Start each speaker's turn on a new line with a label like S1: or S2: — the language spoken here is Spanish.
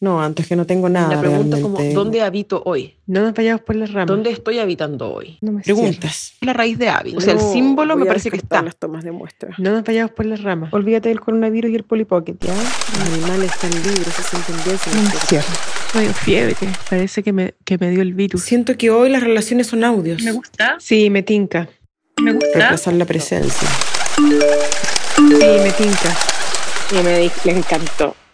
S1: No, antes que no tengo
S2: Ah,
S1: nada.
S3: La pregunta es como,
S1: realmente.
S3: ¿dónde habito hoy?
S4: No nos vayamos por las ramas.
S3: ¿Dónde estoy habitando hoy?
S4: No me cierres.
S1: Preguntas.
S3: Es La raíz de hábito. O sea, el
S2: No,
S3: símbolo
S2: voy
S3: me
S2: a
S3: parece que
S2: descartar
S3: está.
S2: las tomas de muestra.
S4: No nos vayamos por las ramas.
S2: Olvídate del coronavirus y el polipocket, ¿ya? Los animales están libres, se sienten bien sin nosotros.
S4: Tengo fiebre. Parece que me, que me dio el virus.
S1: Siento que hoy las relaciones son audios.
S5: Me gusta,
S4: Sí, me tinca.
S5: me gusta.
S1: Reemplazar la presencia.
S4: Sí, me tinca.
S2: Y me di- le encantó.